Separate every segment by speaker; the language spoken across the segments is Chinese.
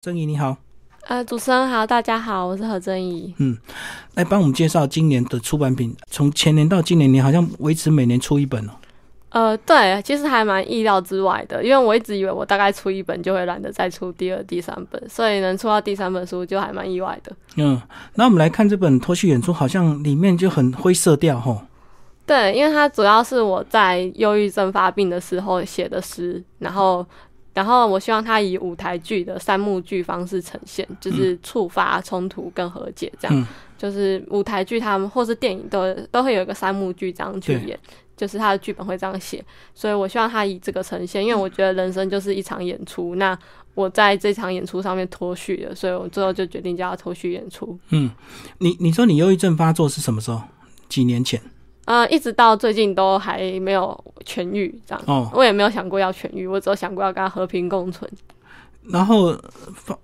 Speaker 1: 郑怡你好，
Speaker 2: 呃，主持人好，大家好，我是何真怡。
Speaker 1: 来帮我们介绍今年的出版品。从前年到今年，你好像维持每年出一本哦。
Speaker 2: 呃，对，其实还蛮意料之外的，因为我一直以为我大概出一本就会懒得再出第二、第三本，所以能出到第三本书就还蛮意外的。
Speaker 1: 嗯，那我们来看这本脱序演出，好像里面就很灰色调吼。
Speaker 2: 对，因为它主要是我在忧郁症发病的时候写的诗，然后，然后我希望它以舞台剧的三幕剧方式呈现，就是触发冲突跟和解这样。
Speaker 1: 嗯
Speaker 2: 就是舞台剧他们或是电影都都会有一个三幕剧这样去
Speaker 1: 对
Speaker 2: 演，就是他的剧本会这样写，所以我希望他以这个呈现，因为我觉得人生就是一场演出，那我在这场演出上面脱序了，所以我最后就决定叫他脱序演出。
Speaker 1: 嗯，你你说你忧郁症发作是什么时候？几年前
Speaker 2: 呃，一直到最近都还没有痊愈，这样。
Speaker 1: 哦。
Speaker 2: 我也没有想过要痊愈，我只有想过要跟他和平共存，
Speaker 1: 然后呃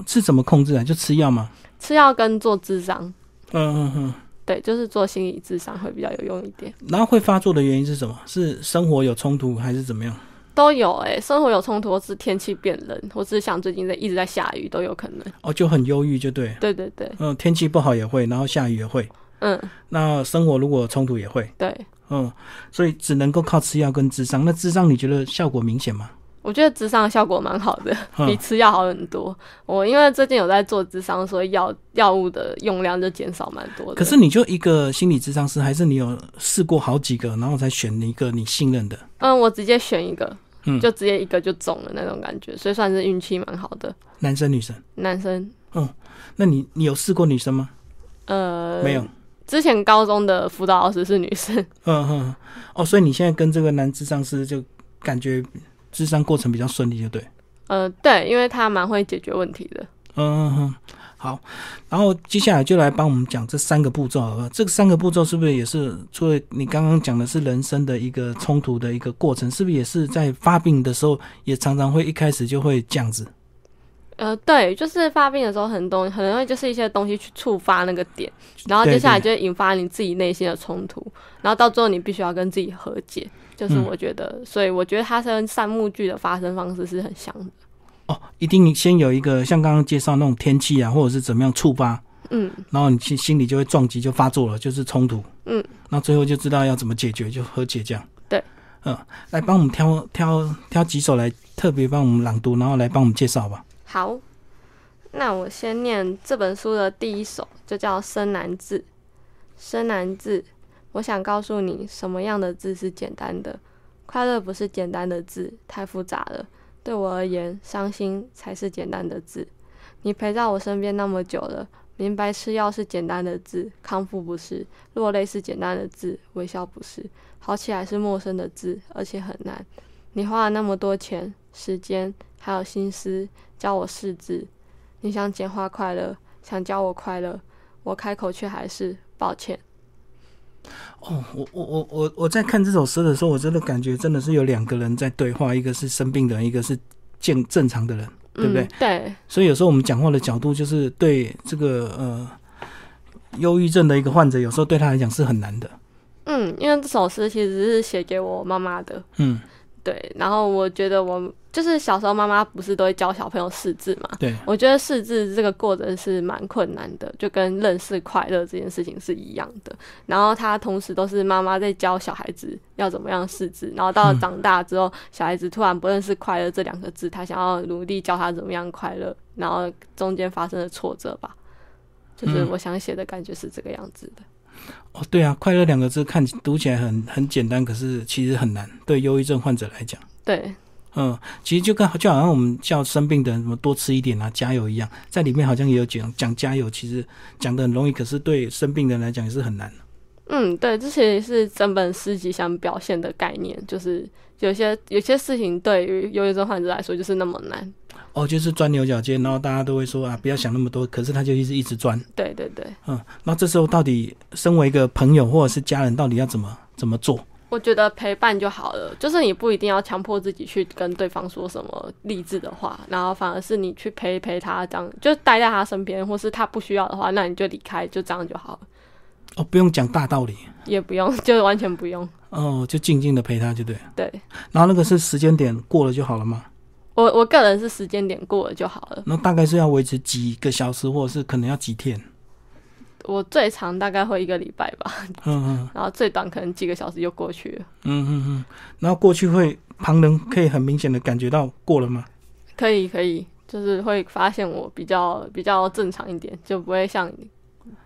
Speaker 1: 是怎么控制啊？就吃药吗？
Speaker 2: 吃药跟做智商，
Speaker 1: 嗯嗯嗯。
Speaker 2: 对，就是做心理智商会比较有用一点。
Speaker 1: 然后会发作的原因是什么？是生活有冲突还是怎么样？
Speaker 2: 都有哎、生活有冲突，或是天气变冷，或是像最近在一直在下雨，都有可能。
Speaker 1: 哦，就很忧郁，就对。
Speaker 2: 对对对，
Speaker 1: 嗯，天气不好也会，然后下雨也会，
Speaker 2: 嗯，
Speaker 1: 那生活如果有冲突也会。
Speaker 2: 对，
Speaker 1: 嗯，所以只能够靠吃药跟智商。那智商你觉得效果明显吗？
Speaker 2: 我觉得智商的效果蛮好 的，比
Speaker 1: 嗯
Speaker 2: 吃药好很多。我因为最近有在做智商，所以药药物的用量就减少蛮多的。
Speaker 1: 可是你就一个心理智商师，还是你有试过好几个，然后才选一个你信任的？
Speaker 2: 嗯，我直接选一个，
Speaker 1: 嗯
Speaker 2: 就直接一个就中了那种感觉，所以算是运气蛮好的。
Speaker 1: 男生女生？
Speaker 2: 男生，
Speaker 1: 那你你有试过女生吗？
Speaker 2: 呃，
Speaker 1: 没有。。
Speaker 2: 之前高中的辅导老师是女生，
Speaker 1: 嗯哼。哦，所以你现在跟这个男智商师就感觉智商过程比较顺利，就对。
Speaker 2: 呃，对，因为她蛮会解决问题的。
Speaker 1: 嗯哼哼。好，然后接下来就来帮我们讲这三个步骤好吧？这三个步骤是不是也是除了你刚刚讲的是人生的一个冲突的一个过程，是不是也是在发病的时候也常常会一开始就会这样子？
Speaker 2: 呃，对，就是发病的时候很多，很容易就是一些东西去触发那个点，然后接下来就会引发你自己内心的冲突，然后到最后你必须要跟自己和解。就是
Speaker 1: 嗯
Speaker 2: 我觉得，所以我觉得它跟三幕剧的发生方式是很像的。
Speaker 1: 哦，一定先有一个像刚刚介绍那种天气啊，或者是怎么样触发，
Speaker 2: 嗯，
Speaker 1: 然后你心心里就会撞击，就发作了，就是冲突。
Speaker 2: 嗯，
Speaker 1: 那最后就知道要怎么解决，就和解这样。
Speaker 2: 对，
Speaker 1: 嗯，来帮我们挑挑挑几首来特别帮我们朗读，然后来帮我们介绍吧。
Speaker 2: 好，那我先念这本书的第一首，就叫《深难字》。深难字，我想告诉你，什么样的字是简单的？快乐不是简单的字，太复杂了。对我而言，伤心才是简单的字。你陪在我身边那么久了，明白吃药是简单的字，康复不是；落泪是简单的字，微笑不是；好起来是陌生的字，而且很难。你花了那么多钱、时间，还有心思，教我识字。你想简化快乐，想教我快乐，我开口却还是抱歉。
Speaker 1: 哦，我我我我我在看这首诗的时候，我真的感觉真的是有两个人在对话，一个是生病的人，一个是健正常的人，对不对？
Speaker 2: 嗯、对，
Speaker 1: 所以有时候我们讲话的角度，就是对这个呃忧郁症的一个患者，有时候对他来讲是很难的。
Speaker 2: 嗯，因为这首诗其实是写给我妈妈的。
Speaker 1: 嗯，
Speaker 2: 对，然后我觉得我就是小时候妈妈不是都会教小朋友识字嘛，
Speaker 1: 对，
Speaker 2: 我觉得识字这个过程是蛮困难的，就跟认识快乐这件事情是一样的。然后他同时都是妈妈在教小孩子要怎么样识字，然后到了
Speaker 1: 嗯
Speaker 2: 长大之后，小孩子突然不认识快乐这两个字，他想要努力教他怎么样快乐，然后中间发生的挫折吧，就是
Speaker 1: 嗯
Speaker 2: 我想写的感觉是这个样子的。
Speaker 1: 哦，对啊，快乐两个字看读起来很很简单，可是其实很难，对忧郁症患者来讲。
Speaker 2: 对，
Speaker 1: 嗯，其实就跟就好像我们叫生病的人什么多吃一点啊，加油一样，在里面好像也有讲讲加油，其实讲的很容易，可是对生病的人来讲也是很难。
Speaker 2: 嗯，对，这其实是整本诗集想表现的概念，就是有些有些事情对于忧郁症患者来说就是那么难。
Speaker 1: 哦，就是钻牛角尖，然后大家都会说啊，不要想那么多，可是他就一直一直钻。
Speaker 2: 对对对。
Speaker 1: 嗯，那这时候到底身为一个朋友或者是家人，到底要怎么怎么做？
Speaker 2: 我觉得陪伴就好了，就是你不一定要强迫自己去跟对方说什么励志的话，然后反而是你去陪陪他，这样就待在他身边，或是他不需要的话，那你就离开，就这样就好了，
Speaker 1: 哦，不用讲大道理，
Speaker 2: 也不用，就完全不用。
Speaker 1: 哦，就静静的陪他就对了。
Speaker 2: 对，
Speaker 1: 然后那个是时间点过了就好了嘛。
Speaker 2: 我我个人是时间点过了就好了。
Speaker 1: 那大概是要维持几个小时，或者是可能要几天。
Speaker 2: 我最长大概会一个礼拜吧，
Speaker 1: 嗯嗯
Speaker 2: 然后最短可能几个小时就过去了，
Speaker 1: 嗯嗯嗯。然后过去会旁人可以很明显的感觉到过了吗？
Speaker 2: 可以可以，就是会发现我比较比较正常一点，就不会像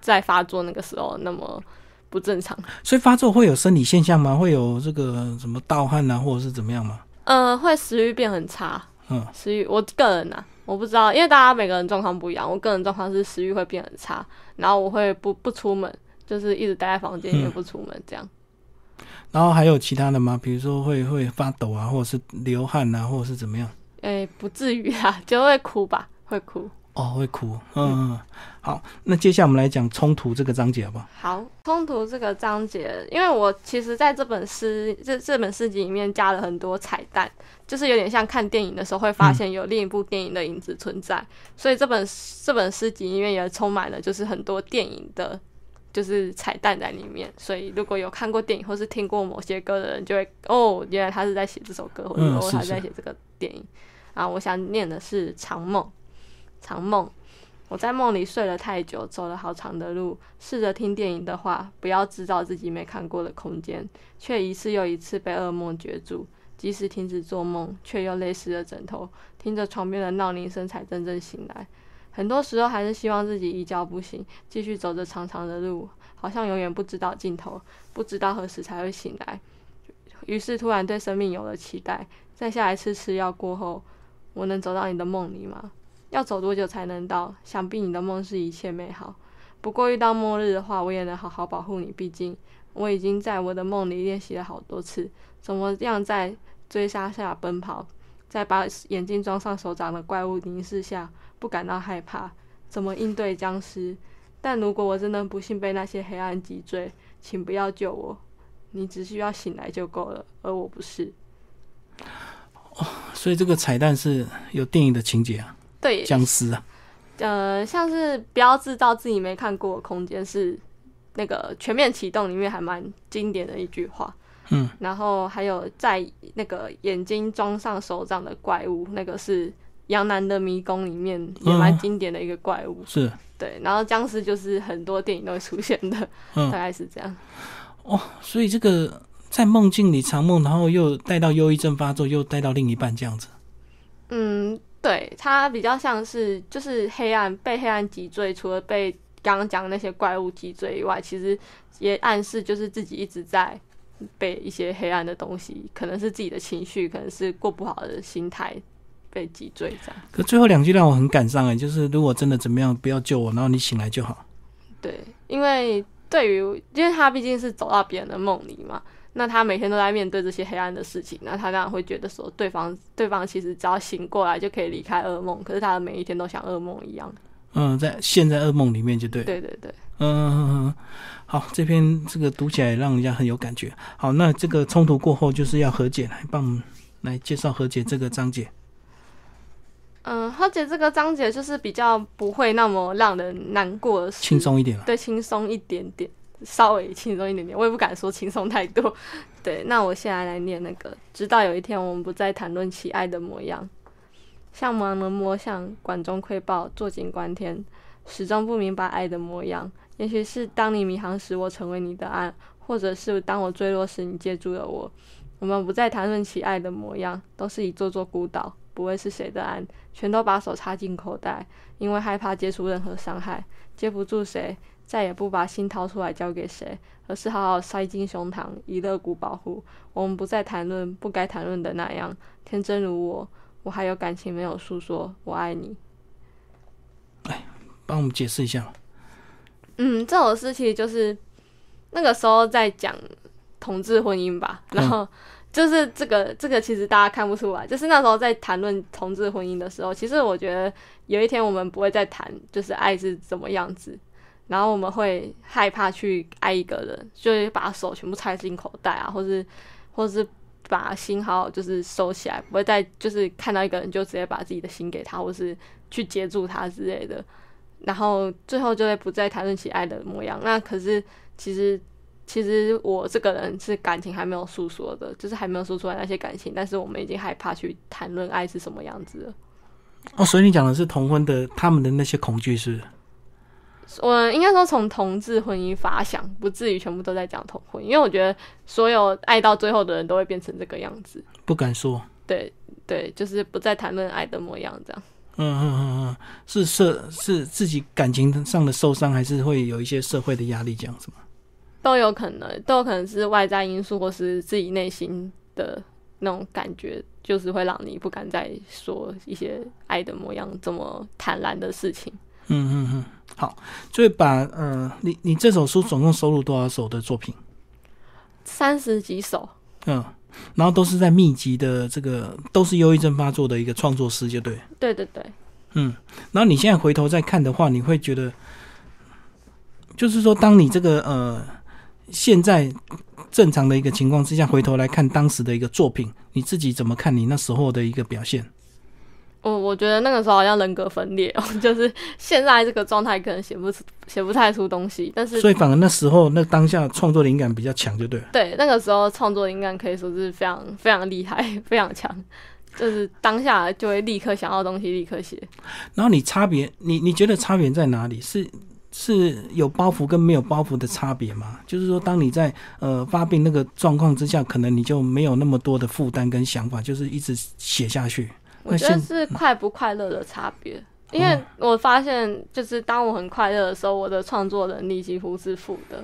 Speaker 2: 在发作那个时候那么不正常。
Speaker 1: 所以发作会有生理现象吗？会有这个什么盗汗啊，或者是怎么样吗？
Speaker 2: 呃，会食欲变很差，
Speaker 1: 嗯，
Speaker 2: 食欲我个人呐、啊我不知道，因为大家每个人状况不一样，我个人状况是食欲会变很差，然后我会不不出门，就是一直待在房间里面
Speaker 1: 嗯
Speaker 2: 不出门这样。
Speaker 1: 然后还有其他的吗？比如说会会发抖啊，或者是流汗啊，或者是怎么样？
Speaker 2: 哎、不至于啊，就会哭吧，会哭。
Speaker 1: 哦，会哭。嗯，嗯好，那接下来我们来讲冲突这个章节好不好？
Speaker 2: 好，冲突这个章节，因为我其实在这本诗这这本诗集里面加了很多彩蛋，就是有点像看电影的时候会
Speaker 1: 嗯
Speaker 2: 发现有另一部电影的影子存在，所以这本这本诗集里面也充满了就是很多电影的，就是彩蛋在里面。所以如果有看过电影或是听过某些歌的人，就会哦，原来他是在写这首歌，或者
Speaker 1: 嗯
Speaker 2: 哦，
Speaker 1: 是
Speaker 2: 他是
Speaker 1: 是
Speaker 2: 在写这个电影。啊，我想念的是《长梦》，长梦。我在梦里睡了太久，走了好长的路，试着听电影的话，不要制造自己没看过的空间，却一次又一次被噩梦攫住。即使停止做梦，却又累死了枕头，听着床边的闹铃声才真正醒来。很多时候还是希望自己一觉不醒，继续走着长长的路，好像永远不知道尽头，不知道何时才会醒来。于是突然对生命有了期待。再下一次吃药过后，我能走到你的梦里吗？要走多久才能到？想必你的梦是一切美好。不过遇到末日的话，我也能好好保护你。毕竟我已经在我的梦里练习了好多次，怎么样在追杀下奔跑，在把眼睛装上手掌的怪物凝视下，不感到害怕，怎么应对僵尸？但如果我真的不幸被那些黑暗击坠，请不要救我，你只需要醒来就够了，而我不是。
Speaker 1: 所以这个彩蛋是有电影的情节啊，
Speaker 2: 对，
Speaker 1: 僵尸啊。
Speaker 2: 呃，像是不要制造自己没看过的空间是那个《全面启动》里面还蛮经典的一句话。
Speaker 1: 嗯，
Speaker 2: 然后还有在那个眼睛装上手掌的怪物，那个是《杨澜的迷宫》里面也蛮
Speaker 1: 嗯
Speaker 2: 经典的一个怪物。
Speaker 1: 是
Speaker 2: 对，然后僵尸就是很多电影都会出现的，
Speaker 1: 嗯
Speaker 2: 大概是这样。
Speaker 1: 哦，所以这个在梦境里长梦，然后又带到忧郁症发作，又带到另一半这样子。
Speaker 2: 嗯，对，它比较像是就是黑暗被黑暗击坠，除了被刚刚讲的那些怪物击坠以外，其实也暗示就是自己一直在被一些黑暗的东西，可能是自己的情绪，可能是过不好的心态被击坠这样。
Speaker 1: 可最后两句让我很感伤哎、就是如果真的怎么样，不要救我，然后你醒来就好。
Speaker 2: 对，因为对于因为他毕竟是走到别人的梦里嘛。那他每天都在面对这些黑暗的事情，那他当然会觉得说，对方对方其实只要醒过来就可以离开噩梦，可是他的每一天都像噩梦一样。
Speaker 1: 嗯，在陷在噩梦里面就对。
Speaker 2: 对对对。
Speaker 1: 嗯嗯嗯嗯，好，这篇这个读起来让人家很有感觉。好，那这个冲突过后就是要和解，来帮我们来介绍和解这个章节。
Speaker 2: 嗯，和解这个章节就是比较不会那么让人难过的事，
Speaker 1: 轻，松一点了。
Speaker 2: 对，轻松一点点，稍微轻松一点点，我也不敢说轻松太多。对，那我现在来念那个，直到有一天我们不再谈论其爱的模样，像盲人摸象，管中窥豹，坐井观天，始终不明白爱的模样。也许是当你迷航时，我成为你的岸，或者是当我坠落时，你接住了我。我们不再谈论其爱的模样，都是一座座孤岛，不会是谁的岸。全都把手插进口袋，因为害怕接触任何伤害，接不住谁，再也不把心掏出来交给谁，而是好好塞进胸膛，以肋骨保护。我们不再谈论不该谈论的那样，天真如我，我还有感情没有诉说，我爱你。
Speaker 1: 帮我们解释一下。
Speaker 2: 嗯，这首诗其实就是那个时候在讲同志婚姻吧，
Speaker 1: 嗯
Speaker 2: 然后就是这个这个其实大家看不出来，就是那时候在谈论同志婚姻的时候，其实我觉得有一天我们不会再谈就是爱是怎么样子，然后我们会害怕去爱一个人，就是把手全部插进口袋啊，或是或是。把心好好就是收起来，不会再就是看到一个人就直接把自己的心给他，或是去接住他之类的。然后最后就会不再谈论起爱的模样。那可是其实其实我这个人是感情还没有诉说的，就是还没有说出来那些感情，但是我们已经害怕去谈论爱是什么样子了。
Speaker 1: 哦，所以你讲的是同婚的他们的那些恐惧是不是？
Speaker 2: 我应该说从同志婚姻发想，不至于全部都在讲同婚，因为我觉得所有爱到最后的人都会变成这个样子。
Speaker 1: 不敢说。
Speaker 2: 对对，就是不再谈论爱的模样这样。
Speaker 1: 嗯嗯嗯嗯，是社是自己感情上的受伤，还是会有一些社会的压力这样子吗？
Speaker 2: 都有可能，都有可能是外在因素，或是自己内心的那种感觉，就是会让你不敢再说一些爱的模样这么坦然的事情。
Speaker 1: 嗯嗯嗯，好，所以把呃，你你这首书总共收录多少首的作品？
Speaker 2: 三十几首，
Speaker 1: 嗯，然后都是在密集的这个都是忧郁症发作的一个创作师，就对了。
Speaker 2: 对对对，
Speaker 1: 嗯，然后你现在回头再看的话，你会觉得，就是说，当你这个呃，现在正常的一个情况之下，回头来看当时的一个作品，你自己怎么看你那时候的一个表现？
Speaker 2: 我我觉得那个时候好像人格分裂哦，就是现在这个状态可能写不出写不太出东西，但是
Speaker 1: 所以反而那时候那当下创作灵感比较强，就对了。
Speaker 2: 对那个时候创作灵感可以说是非常非常厉害，非常强，就是当下就会立刻想要东西立刻写。
Speaker 1: 然后你差别，你你觉得差别在哪里？是是有包袱跟没有包袱的差别吗？就是说，当你在呃发病那个状况之下，可能你就没有那么多的负担跟想法，就是一直写下去。
Speaker 2: 我觉得
Speaker 1: 嗯
Speaker 2: 是快不快乐的差别，因为
Speaker 1: 哦
Speaker 2: 我发现，就是当我很快乐的时候，我的创作能力几乎是负 的；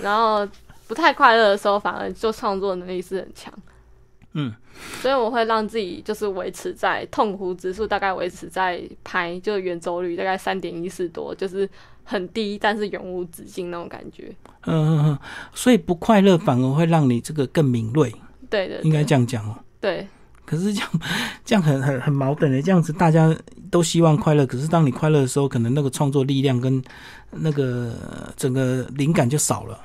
Speaker 2: 然后不太快乐的时候，反而就创作能力是很强。
Speaker 1: 嗯，
Speaker 2: 所以我会让自己就是维持在痛苦指数大概维持在拍就圆周率大概三点一四多，就是很低，但是永无止境那种感觉。
Speaker 1: 嗯嗯嗯，所以不快乐反而会让你这个更敏锐，
Speaker 2: 对的，
Speaker 1: 应该这样讲哦。
Speaker 2: 对
Speaker 1: 可是这样这样很很很矛盾的，这样子大家都希望快乐，可是当你快乐的时候，可能那个创作力量跟那个呃整个灵感就少了，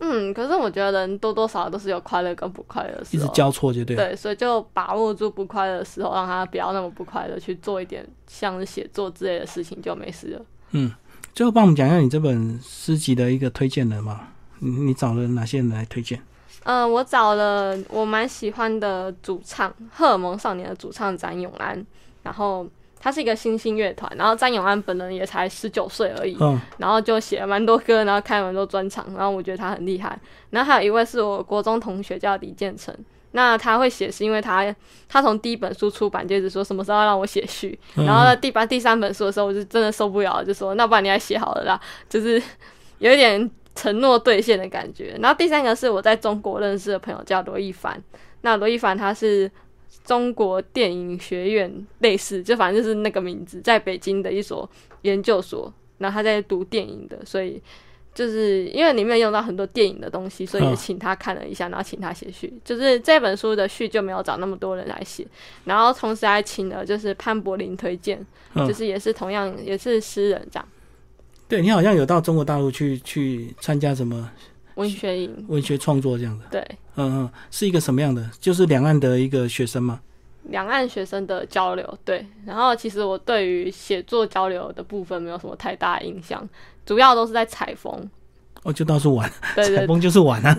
Speaker 2: 嗯，可是我觉得人多多少少都是有快乐跟不快乐的
Speaker 1: 一
Speaker 2: 时
Speaker 1: 直
Speaker 2: 候。
Speaker 1: 交错，就对了。
Speaker 2: 对，所以就把握住不快乐的时候，让他不要那么不快乐，去做一点像是写作之类的事情就没事了。
Speaker 1: 嗯最后帮我们讲一下你这本诗集的一个推荐人嘛？你你找了哪些人来推荐？
Speaker 2: 嗯、我找了我蛮喜欢的主唱，荷尔蒙少年的主唱詹永安，然后他是一个新兴乐团，然后詹永安本人也才十九岁而已，
Speaker 1: 嗯
Speaker 2: 然后就写了蛮多歌，然后开了蛮多专场，然后我觉得他很厉害。然后还有一位是我国中同学叫李建成，那他会写是因为他他从第一本书出版就一直说什么时候要让我写序，
Speaker 1: 嗯
Speaker 2: 然后到第八第三本书的时候，我就真的受不了了，就说那不然你来写好了啦，就是有一点承诺兑现的感觉。然后第三个是我在中国认识的朋友叫罗一凡，那罗一凡他是。中国电影学院类似，就反正就是那个名字，在北京的一所研究所，然后他在读电影的，所以就是因为里面用到很多电影的东西，所以也
Speaker 1: 嗯
Speaker 2: 请他看了一下，然后请他写序。就是这本书的序就没有找那么多人来写，然后同时还请了就是潘柏林推荐，
Speaker 1: 嗯，
Speaker 2: 就是也是同样也是诗人这样
Speaker 1: 对你好像有到中国大陆去去参加什么
Speaker 2: 文学营，
Speaker 1: 文学创作这样的，
Speaker 2: 对
Speaker 1: 嗯嗯，是一个什么样的？就是两岸的一个学生嘛。
Speaker 2: 两岸学生的交流，对。然后其实我对于写作交流的部分没有什么太大的印象，主要都是在采风，
Speaker 1: 哦，就到处玩，
Speaker 2: 对
Speaker 1: 采
Speaker 2: 对对，
Speaker 1: 风就是玩啊。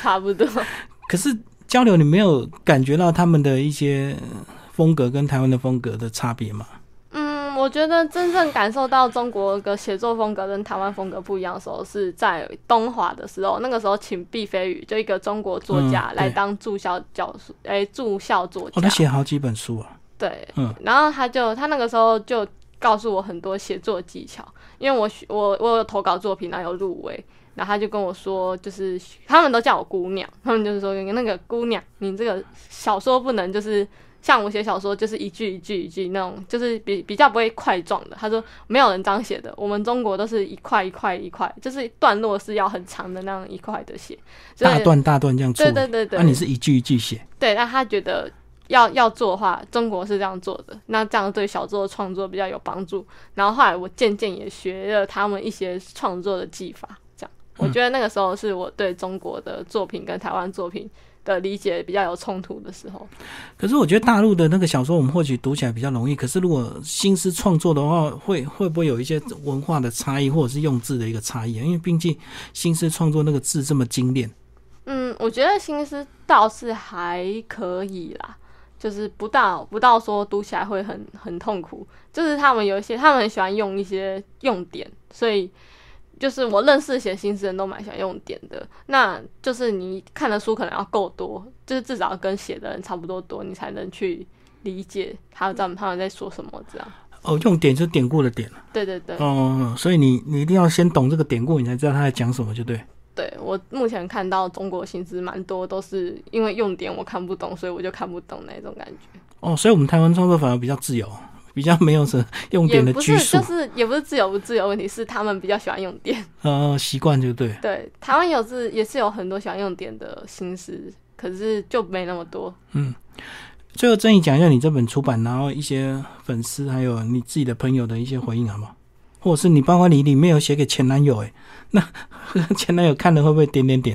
Speaker 2: 差不多。
Speaker 1: 可是交流，你没有感觉到他们的一些呃风格跟台湾的风格的差别吗？
Speaker 2: 嗯，我觉得真正感受到中国的写作风格跟台湾风格不一样的时候，是在东华的时候。那个时候请毕飞宇，就一个中国作家
Speaker 1: 嗯
Speaker 2: 来当驻校教授，哎、驻校作
Speaker 1: 哦，
Speaker 2: 家。
Speaker 1: 他写好几本书啊。
Speaker 2: 对，
Speaker 1: 嗯
Speaker 2: 然后他就他那个时候就告诉我很多写作技巧，因为我学我我有投稿作品，然后有入围，然后他就跟我说，就是他们都叫我姑娘，他们就是说那个姑娘，你这个小说不能就是。像我写小说，就是一句一句一句那种，就是比比较不会块状的。他说没有人这样写的，我们中国都是一块一块一块，就是段落是要很长的那样一块的写。所以
Speaker 1: 大段大段这样处
Speaker 2: 对
Speaker 1: 理，
Speaker 2: 对对对，
Speaker 1: 那、你是一句一句写，
Speaker 2: 对，但他觉得要要做的话，中国是这样做的，那这样对小作创作比较有帮助。然后后来我渐渐也学了他们一些创作的技法，这样我觉得那个时候是我对中国的作品跟台湾作品的理解比较有冲突的时候。
Speaker 1: 可是我觉得大陆的那个小说，我们或许读起来比较容易。可是如果新诗创作的话，会会不会有一些文化的差异，或者是用字的一个差异啊？因为毕竟新诗创作那个字这么精炼，
Speaker 2: 嗯，我觉得新诗倒是还可以啦，就是不到不到说读起来会很很痛苦，就是他们有一些他们很喜欢用一些用典，所以就是我认识写新诗人都蛮喜欢用典的。那就是你看的书可能要够多，就是至少跟写的人差不多多，你才能去理解他他们他们在说什么这样。
Speaker 1: 哦，用典就是典故的典
Speaker 2: 对对对，
Speaker 1: 哦，所以你你一定要先懂这个典故，你才知道他在讲什么，就对。
Speaker 2: 对我目前看到中国新诗蛮多都是因为用典我看不懂，所以我就看不懂那种感觉。
Speaker 1: 哦，所以我们台湾创作反而比较自由，比较没有什么用典的
Speaker 2: 也不
Speaker 1: 拘
Speaker 2: 是，
Speaker 1: 束
Speaker 2: 就，是也不是自由不自由问题，是他们比较喜欢用电。
Speaker 1: 呃，习惯就对。
Speaker 2: 对，台湾有是也是有很多喜欢用电的新诗，可是就没那么多。
Speaker 1: 最后，郑毅讲一下你这本出版，然后一些粉丝还有你自己的朋友的一些回应，好吗？或者是你包括你里面有写给前男友、欸， 那前男友看了会不会点点点？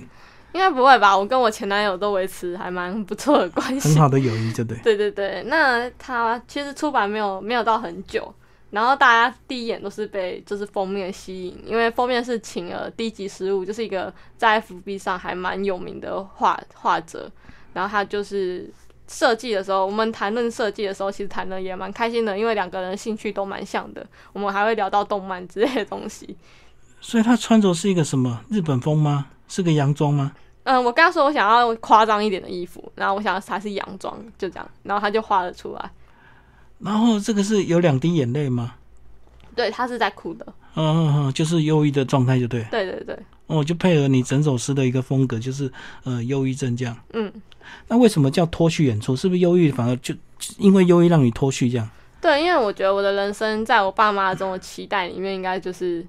Speaker 2: 应该不会吧？我跟我前男友都维持还蛮不错的关
Speaker 1: 很
Speaker 2: 系。
Speaker 1: 好的友谊，就对。
Speaker 2: 对对对，那他其实出版没有没有到很久，然后大家第一眼都是被就是封面吸引，因为封面是请了低级失误，就是一个在 FB 上还蛮有名的画画者，然后他就是设计的时候，我们谈论设计的时候，其实谈的也蛮开心的，因为两个人兴趣都蛮像的，我们还会聊到动漫之类的东西。
Speaker 1: 所以他穿着是一个什么日本风吗？是个洋装吗？
Speaker 2: 嗯，我跟他说我想要夸张一点的衣服，然后我想要他是洋装，就这样，然后他就画了出来，
Speaker 1: 然后这个是有两滴眼泪吗？
Speaker 2: 对他是在哭的，
Speaker 1: 嗯嗯嗯，就是忧郁的状态，就对。
Speaker 2: 对对对，
Speaker 1: 哦，就配合你整首诗的一个风格，就是呃忧郁症这样。
Speaker 2: 嗯。
Speaker 1: 那为什么叫脱序演出？是不是忧郁反而就就因为忧郁让你脱序这样？
Speaker 2: 对，因为我觉得我的人生在我爸妈中的期待里面，应该就是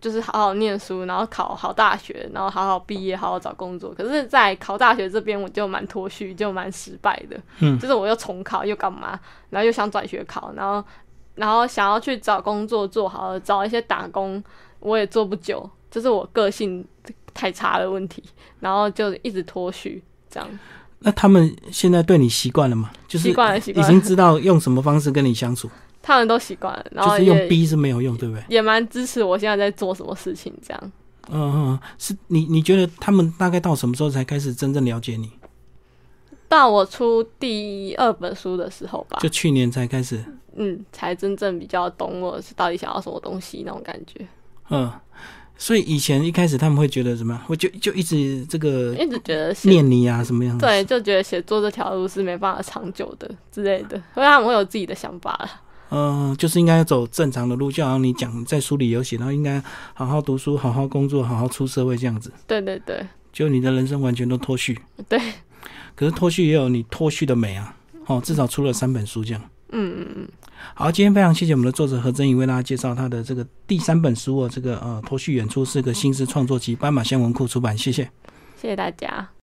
Speaker 2: 就是好好念书，然后考好大学，然后好好毕业，好好找工作。可是，在考大学这边，我就蛮脱序，就蛮失败的。
Speaker 1: 嗯
Speaker 2: 就是我又重考又干嘛，然后又想转学考，然后然后想要去找工作做好了，找一些打工，我也做不久，就是我个性太差的问题，然后就一直脱序这样。
Speaker 1: 那他们现在对你习惯了吗？就是
Speaker 2: 习惯了习惯
Speaker 1: 已
Speaker 2: 了
Speaker 1: 经知道用什么方式跟你相处，
Speaker 2: 他们都习惯了，然
Speaker 1: 就
Speaker 2: 后
Speaker 1: 是用
Speaker 2: 也
Speaker 1: 逼是没有用，对不对？
Speaker 2: 也蛮支持我现在在做什么事情这样。
Speaker 1: 嗯嗯，是你你觉得他们大概到什么时候才开始真正了解你？
Speaker 2: 到我出第二本书的时候吧，
Speaker 1: 就去年才开始，
Speaker 2: 嗯，才真正比较懂我是到底想要什么东西那种感觉，
Speaker 1: 嗯，所以以前一开始他们会觉得什么样？会就就一直这个
Speaker 2: 一直觉得写
Speaker 1: 念你啊，什么样？
Speaker 2: 对，就觉得写作这条路是没办法长久的之类的，因为他们会有自己的想法了。
Speaker 1: 嗯，就是应该要走正常的路，就好像你讲在书里有写到，应该好好读书、好好工作、好好出社会这样子。
Speaker 2: 对对对
Speaker 1: 就你的人生完全都脱序，
Speaker 2: 对，
Speaker 1: 可是脱序也有你脱序的美啊。哦，至少出了三本书这样。
Speaker 2: 嗯嗯嗯，
Speaker 1: 好，今天非常谢谢我们的作者何真怡为大家介绍他的这个第三本书哦，这个呃脱序演出是个新诗创作集，斑马线文库出版，谢谢。
Speaker 2: 谢谢大家。